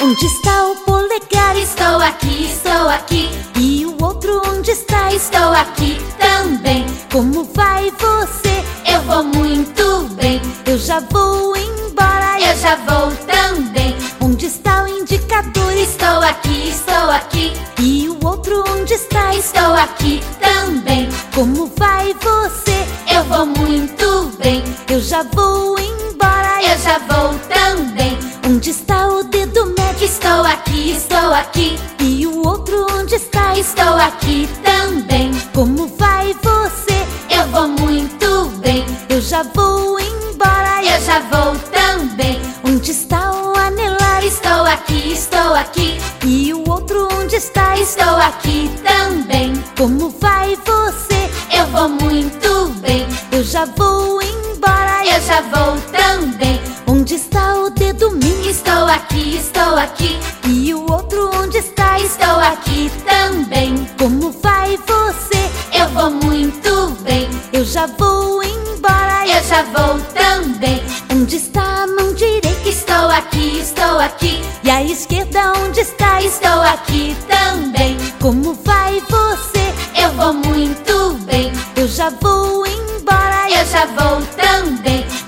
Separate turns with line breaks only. Onde está o polegar?
Estou aqui, estou aqui,
E o outro onde está?
estou aqui também.
Como vai você?
Eu vou muito bem,
Eu já vou embora.
eu já vou também.
Onde está o indicador?
Estou aqui, estou aqui,
E o outro onde está?
estou aqui também.
Como vai você?
Eu vou muito bem,
Eu já vou embora.
eu já vou também.
Onde está o dedo médio?
Estou aqui, estou aqui,
E o outro onde está?
estou aqui também.
Como vai você?
Eu vou muito bem,
Eu já vou embora.
eu já vou também.
Onde está o anelar?
Estou aqui, estou aqui,
E o outro onde está?
estou aqui também.
Como vai você?
Eu vou muito bem,
Eu já vou embora. é
eu já vou também.
Onde está o dedo mínimo?
Estou aqui, estou aqui,
E o outro onde está?
estou aqui também.
Como vai você?
Eu vou muito bem,
Eu já vou embora. é
eu já vou também.
Onde está a mão direita?
Estou aqui, estou aqui,
E a esquerda onde está?
estou aqui também.
Como vai você?
Eu vou muito bem,
Eu já vou embora. é
eu já vou também.